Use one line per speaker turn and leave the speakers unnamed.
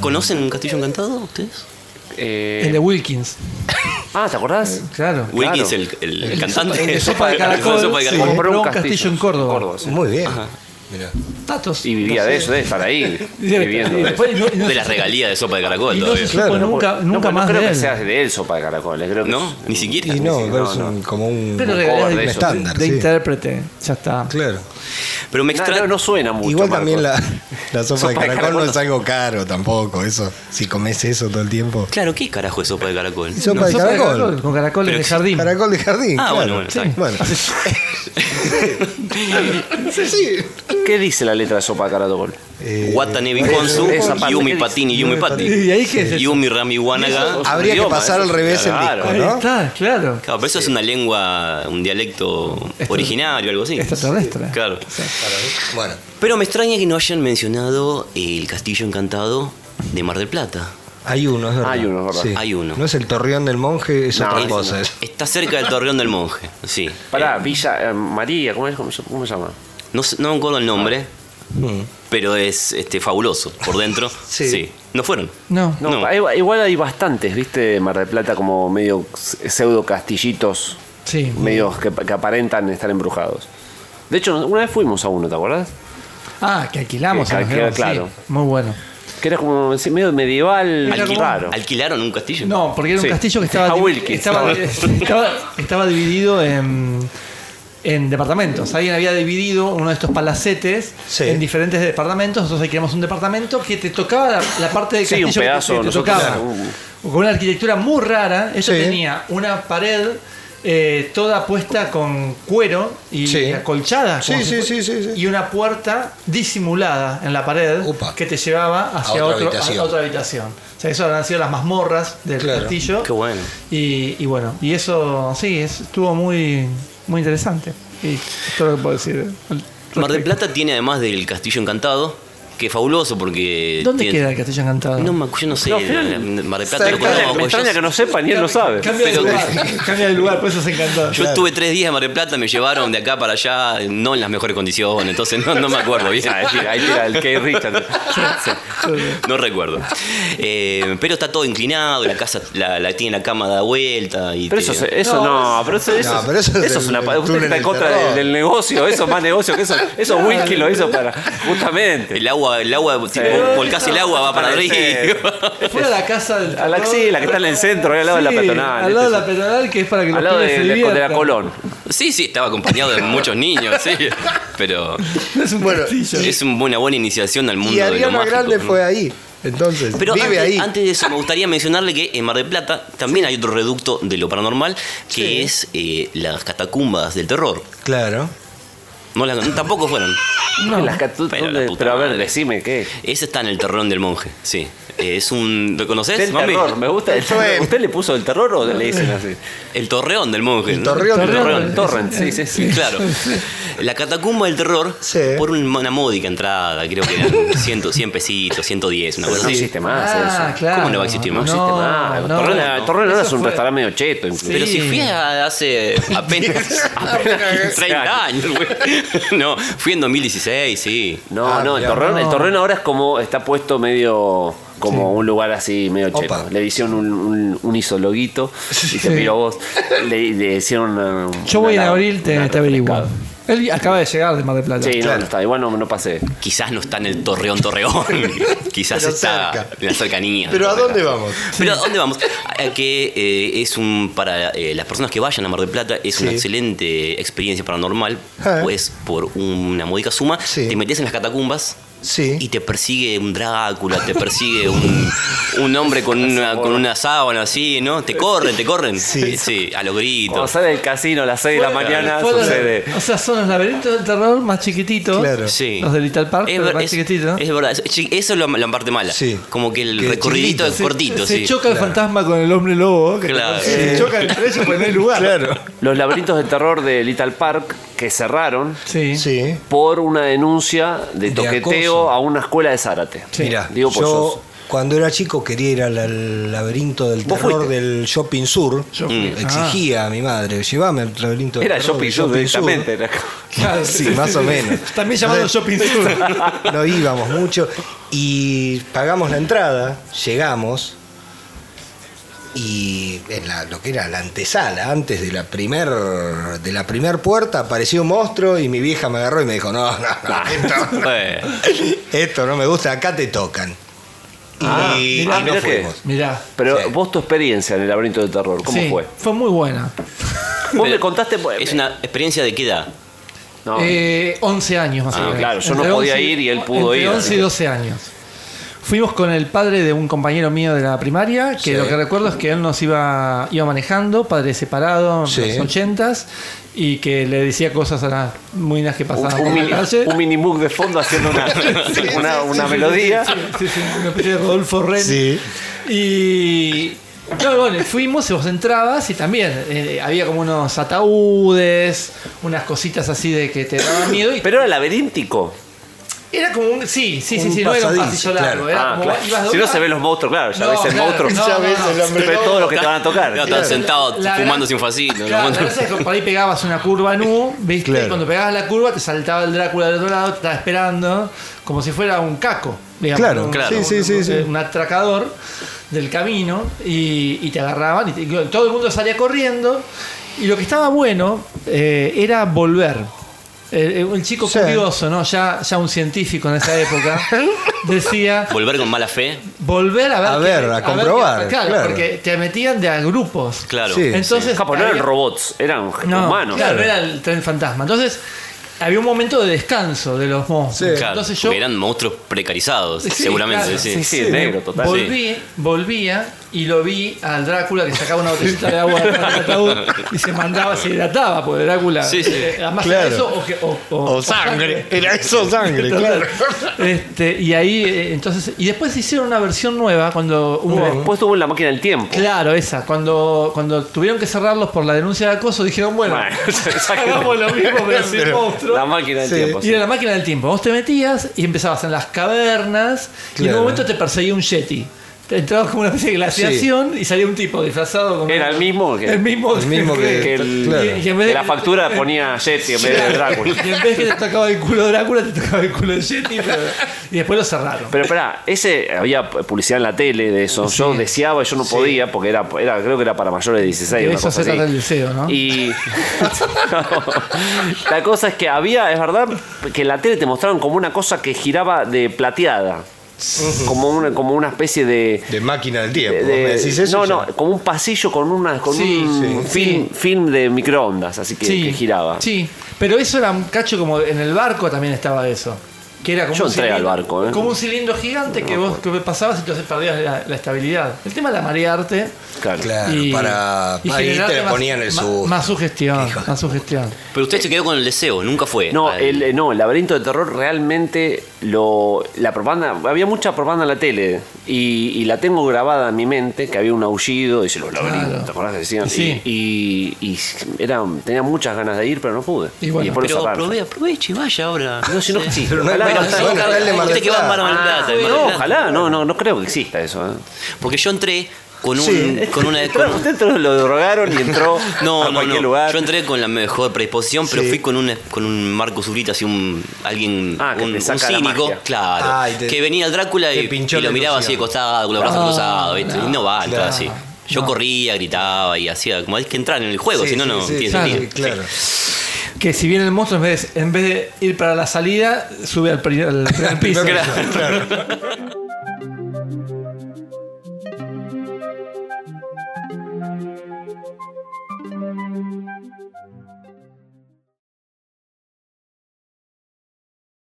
¿Conocen un castillo encantado ustedes?
Eh,
El de Wilkins.
Ah, ¿te acordás?
Claro.
Wilkins, el, el
El de
cantante.
sopa- el de sopa de
El
caracol.
sopa de
sí,
caracol.
compró un castillo, en Córdoba.
sí.
Muy bien. Mirá.
Tatos.
Y vivía
No
de
sé.
eso, debe estar ahí.
Y debe-
viviendo
y
de eso.
después no- y no
De
se-
las regalías de sopa de caracol
Y no se
todavía.
supo
Claro.
nunca,
No,
nunca
no
más
creo
de
que
él.
seas de él sopa de caracoles. Creo que
No,
es-
ni siquiera.
Y
Sí,
no,
no,
es
no.
un- como un,
Pero
un
regalías
cover de
de,
esos.
estándar.
de
sí.
intérprete. Ya está.
Claro.
Pero me
No,
extraña.
no, no suena mucho.
Igual
Marco.
también la, la sopa, de caracol,
caracol
no es algo caro tampoco. Eso, si comes eso todo el tiempo.
Claro, ¿qué carajo es sopa de caracol?
Y Sopa
No,
de
sopa de
caracol.
caracol, Con caracoles
Pero
de
sí,
jardín.
Caracol de jardín.
Ah, bueno,
claro.
bueno, está bien.
Bueno,
¿Qué dice la letra de sopa de caracol?
eh,
Watanabe
eh,
Honsu,
esa parte
Yumi
que dice-
Patini, Yumi
Yumi
Patini.
Patini. ¿Y ahí qué es eso?
Yumi Rami Wanaga.
Eso-
Habría que
idioma,
pasar
eso.
al revés el
Claro.
disco,
Ahí
¿no?
está, claro.
Claro, pero eso es una lengua, un dialecto
Esto-
originario, algo así.
Extraterrestre.
Claro.
Bueno,
Pero me extraña que no hayan mencionado el castillo encantado de Mar del Plata.
hay uno, es verdad.
Hay uno, es verdad.
Hay uno.
No es el torreón del monje, es
No,
otra
ese
cosa.
no.
es-
Está cerca del Torreón del Monje, sí.
Pará, Villa eh, María, ¿cómo, es? ¿Cómo se cómo se llama?
No, sé- no me acuerdo el nombre,
Mm.
pero es este, fabuloso por dentro. sí.
Sí.
¿No fueron?
No.
No,
No.
hay- igual hay bastantes, ¿viste? de Mar del Plata como medio pseudo castillitos,
Sí.
medios que, que aparentan estar embrujados. De hecho, una vez fuimos a uno, ¿te acordás?
Ah, que alquilamos.
Que
a los
alquila,
Beatles,
claro.
sí. Muy bueno.
Que era como sí, medio medieval,
Era
Alquil-
como-
raro.
¿Alquilaron un castillo?
No, porque era un
Sí.
castillo que estaba,
A
divi-
Wilkins,
estaba,
¿no?
estaba- estaba dividido en, en departamentos. Alguien había dividido uno de estos palacetes
Sí.
en diferentes departamentos. Nosotros alquilamos un departamento que te tocaba la, la parte del
Sí, un
castillo que te-
pedazo,
que te,
nosotros,
tocaba.
claro, un-
Con una arquitectura muy rara. Eso
Sí.
tenía una pared eh, toda puesta con cuero y
Sí.
acolchada.
Sí,
como si
sí,
fue-
sí, sí, sí.
Y una puerta disimulada en la pared
Upa.
que te llevaba hacia
otra
otro-
habitación.
a otra habitación. O sea, eso han sido las mazmorras del
Claro.
castillo.
Qué bueno.
Y, y bueno, y eso sí, es- estuvo muy, muy interesante. Y es todo lo que puedo decir. al
Mar del
respecto.
Plata tiene además del castillo encantado, que es fabuloso porque.
¿Dónde
tiene-
queda el castillo encantado?
No, me- yo no sé.
No, al final-
Mar del Plata lo
Me
Cerca
extraña-
de-
conozco.
me
yo-
extraña que no sepa ni él lo sabe.
Cambia de
Pero-
lugar, cambia de lugar, por eso se encantó.
Yo estuve tres días en Mar del Plata, me llevaron de acá para allá, no en las mejores condiciones, entonces no, no me acuerdo bien.
Ah, ahí tira- ahí tira el Kay Richard. Sí.
No recuerdo. Eh, pero está todo inclinado, la casa la, la tiene la cama da vuelta. Y
Pero
te-
eso, se- eso no, pero eso, eso,
No, pero eso es
eso es
el-
una.
el
pa- Usted
túnel
está en
del
contra
terror.
del, del negocio, eso es más negocio que eso. Eso Wilkie lo hizo para. Justamente.
El agua, el agua, si vol- volcás el agua, va para arriba.
Parece-
Fue a la casa del.
A la axila, que está en el centro, ahí al lado de la
Sí,
peatonal.
Al lado de
este
la peatonal, que es para que
es-
los
al lado
pibes
de,
se
de- de la
diviertan.
Colón.
Sí, sí, estaba acompañado de muchos niños, sí. Pero
No es un
Bueno,
castillo.
es un- una buena iniciación al mundo
Y
de lo
Ariana
mágico.
Grande
¿no?
fue ahí. Entonces,
Pero
vive
antes,
ahí.
antes de eso, me gustaría mencionarle que en Mar del Plata también hay otro reducto de lo paranormal, que es eh, las catacumbas del terror.
Claro.
No las- tampoco fueron.
En las cat-
Pero
¿dónde-
la puta
pero a ver,
madre.
decime qué.
Ese está en el terrón del monje, sí. Eh, Es un. ¿Lo conoces,
Del
mami?
terror, me gusta. el
Eso es.
terror. ¿Usted le puso el terror o le dicen así?
El torreón del monje.
El
¿no?
torreón del
El
Torreón.
Torrent, sí, sí, sí.
Claro. La catacumba del terror,
Sí.
por un- una módica entrada, creo que eran 100, 100 pesitos, 110, una
Pero
cosa
no
así.
existe más
Ah,
eso.
claro.
¿Cómo no va a existir más?
No,
Ah,
no,
Torrent,
no.
Torrent ahora
Eso
es un
fue-
restaurante medio cheto, incluso.
Pero si
Sí.
fui a- hace apenas, apenas 30 años, güey. No, fui en 2016, sí.
No,
Ah,
no, el
mirá,
torreón,
no.
el torreón ahora es como, está puesto medio, como un lugar así, medio cheto.
Opa.
Le hicieron un, un, un isologuito, y te miró vos, le, le hicieron una- un-
Yo voy en
una-
abril, te,
una
te averiguo. Él acaba de llegar de Mar del Plata.
Sí, no,
Claro.
no está, igual no, no pasé.
Quizás no está en el torreón, torreón. Quizás
Pero
está
cerca.
en la cercanía.
Pero ¿a dónde vamos?
Pero ¿a dónde vamos? A que eh, es un para eh, las personas que vayan a Mar del Plata es una
Sí.
excelente experiencia paranormal,
Ah.
pues por una módica suma
Sí.
te metes en las catacumbas
Sí.
y te persigue un Drácula, te persigue un, un hombre con una con una sábana así, ¿no? Te corren, te corren. Eh, Sí, a los
Cuando
gritos.
sale del casino a las 6 de la mañana,
Fue los-
sucede.
o sea, son los laberintos del terror más chiquititos.
Claro.
Sí.
Los de Little Park,
es,
pero
ver-
más
es-
chiquititos.
es verdad, es- sí, eso es la, la parte mala.
Sí.
Como que el
Que
recorridito es
chiquitito.
cortito,
se
sí.
choca el fantasma con el hombre lobo. que
Claro.
Se choca entre ellos porque no hay lugar.
Claro.
Los laberintos del terror de Little Park que cerraron
Sí.
Sí.
por una denuncia de
De
toqueteo
acoso.
a una escuela de Zárate.
Sí.
Mira,
Digo, pues,
yo Cuando era chico quería ir al, al laberinto del
¿Vos
terror
fuiste?
del Shopping Sur. Exigía a mi madre, llevame al laberinto del
Era
terror
shopping
del
show directamente. era como-
Claro, sí, más o menos.
También llamado shopping sur.
no íbamos mucho y pagamos la entrada, llegamos y en la- lo que era la antesala, antes de la primer de la primer puerta apareció un monstruo y mi vieja me agarró y me dijo, "No, no, no, esto,
Eh,
esto no me gusta, acá te tocan." Y,
Ah,
y
mirá,
no
mirá que-
fuimos.
Mirá.
Pero
Sí.
vos tu experiencia en el laberinto del terror, ¿cómo
Sí,
fue?
Fue muy buena.
Vos
Pero
me contaste...
Es una experiencia de qué edad.
No.
Eh, 11 años más o
Ah,
menos.
claro, yo no podía ir y él pudo
entre
ir,
11 y
así que-
12 años. Fuimos con el padre de un compañero mío de la primaria, que
Sí.
lo que recuerdo es que él nos iba, iba manejando, padre separado, en
Sí.
los 80s, y que le decía cosas a las muinas que
un,
pasaban
un
por
mini,
la calle.
un mini mug de fondo haciendo una, una, una melodía.
Sí, sí, sí, una especie de Rodolfo Ren.
Sí.
Y. No, bueno, fuimos y vos entrabas y también eh, había como unos ataúdes, unas cositas así de que te daban miedo. Y
Pero era laberíntico.
era como un. Sí, sí, sí,
Un
sí, no era un
pasadizo,
pasillo largo.
claro.
Era
Ah,
como,
claro.
ibas
Si no
doblando.
se ven los monstruos, claro, ya
No,
ves el
claro,
monstruo.
no,
Ya
no,
ves
no.
el hombre
Pero
lobo.
todos los que te van a tocar.
Claro,
claro.
Están sentados
La
fumando
gran-
sin facilito.
Claro, la gracia es que por ahí pegabas una curva en U, ¿viste?
Claro.
Y cuando pegabas la curva te saltaba el Drácula del otro lado, te estaba esperando, como si fuera un caco. digamos,
Claro,
un,
claro.
un-
Sí, sí,
un-
sí, sí.
un atracador del camino y, y te agarraban y, te- y todo el mundo salía corriendo. Y lo que estaba bueno eh, era volver. Eh, eh, un chico
Sí.
curioso, ¿no? Ya, ya un científico en esa época, decía
Volver con mala fe,
volver a ver.
A
qué-
ver, a
qué-
comprobar,
claro,
claro.
porque te metían de a grupos.
claro.
Sí.
Entonces.
Capo, no eran
había-
robots, eran
no,
humanos.
Claro, era el tren fantasma. Entonces, había un momento de descanso de los monstruos.
Sí.
Claro,
Entonces yo.
porque eran monstruos precarizados,
Sí,
seguramente.
claro.
sí.
Sí, sí, negro, total.
Volví, volvía y lo vi al Drácula que sacaba una botellita de agua del ataúd y se mandaba, se hidrataba, porque Drácula.
Sí, sí.
eh, además
Claro.
era eso o, que- o- o-
O sangre, era eso sangre, claro.
Total. Este, y ahí, eh, entonces. Y después hicieron una versión nueva cuando hubo.
Después tuvo la máquina del tiempo.
Claro, esa. Cuando, cuando tuvieron que cerrarlos por la denuncia de acoso, dijeron, bueno,
Bueno, exacto.
hagamos lo mismo pero sin monstruo.
La máquina del
Sí.
tiempo.
Y
sí.
era la máquina del tiempo. Vos te metías y empezabas en las cavernas y en
Claro.
un momento te perseguía un yeti. Te entrabas como una especie de glaciación y salía un tipo disfrazado con
Era el mismo que-
el mismo,
El mismo que-
Que el-
claro.
Y- y en
que
vez de-
la factura ponía Yeti en vez de Drácula.
Y en vez que te tocaba el culo Drácula, te tocaba el culo de Yeti. pero- y después lo cerraron.
Pero espera, ese había publicidad en la tele de eso. Yo deseaba, y yo no podía porque era, era creo que era para mayores de 16.
De
una
eso
cosa
se trata
así.
el deseo, ¿no?
Y la cosa es que había, es verdad, que en la tele te mostraron como una cosa que giraba de plateada. Como una, como una especie de.
De máquina del tiempo.
de-
¿Me decís eso?
no,
Ya.
no, como un pasillo con una con
Sí,
un
sí.
film,
Sí.
film de microondas, así que, que giraba.
Sí, pero eso era un cacho como en el barco también estaba eso. Que era como
Yo
un
entré al
cilindro-
barco, ¿eh?
Como un cilindro gigante que vos que pasabas y entonces perdías la, la estabilidad. El tema era marearte.
Claro.
Claro,
y,
para,
y
ahí
generarte
te
más-
ponían el
ma-
susto.
Más sugestión,
Hijo de
más sugestión.
Pero usted se quedó con el deseo, nunca
Eh,
fue.
No,
al-
el, eh, no, el laberinto de terror realmente lo, la propaganda, había mucha propaganda en la tele y, y la tengo grabada en mi mente, que había un aullido, dice los laberintos,
Claro.
¿te acordás que decían?
Sí.
Y, y, y era, tenía muchas ganas de ir, pero no pude.
Y bueno,
después lo
Pero
cerraron.
aprove- aproveche y vaya ahora.
No, si no, sí,
Pero no hay
ojalá,
manera,
ojalá-
bueno, está el de Mar del
usted que va a Mar
Plata.
del
Ah,
Plata, en Mar del
no,
Plata.
ojalá, no, no, no creo que exista eso. ¿eh?
Porque yo entré con un.
Sí.
Con una, con-
Claro, usted entró, lo drogaron y entró
no,
a
no,
cualquier
no.
lugar.
Yo entré con la mejor predisposición, pero
Sí.
fui con un, con un Marco Zurita, así un. Alguien.
Ah, que
un,
te
un
saca la
cínico.
magia.
Claro.
Ah, y te-
que venía el Drácula
te
y,
pinchó
y lo
la
miraba
ilusión. Ah,
así de costado, con los brazos
No,
cruzados, ¿viste?
no,
Y no va,
claro,
así. Yo corría, gritaba y hacía como hay que entrar en el juego,
Sí,
si no,
sí,
no
sí,
tiene
sí,
sentido.
sí, claro.
Que si viene el monstruo, en vez de, en vez de ir para la salida, sube al, pri- al primer piso.
Claro.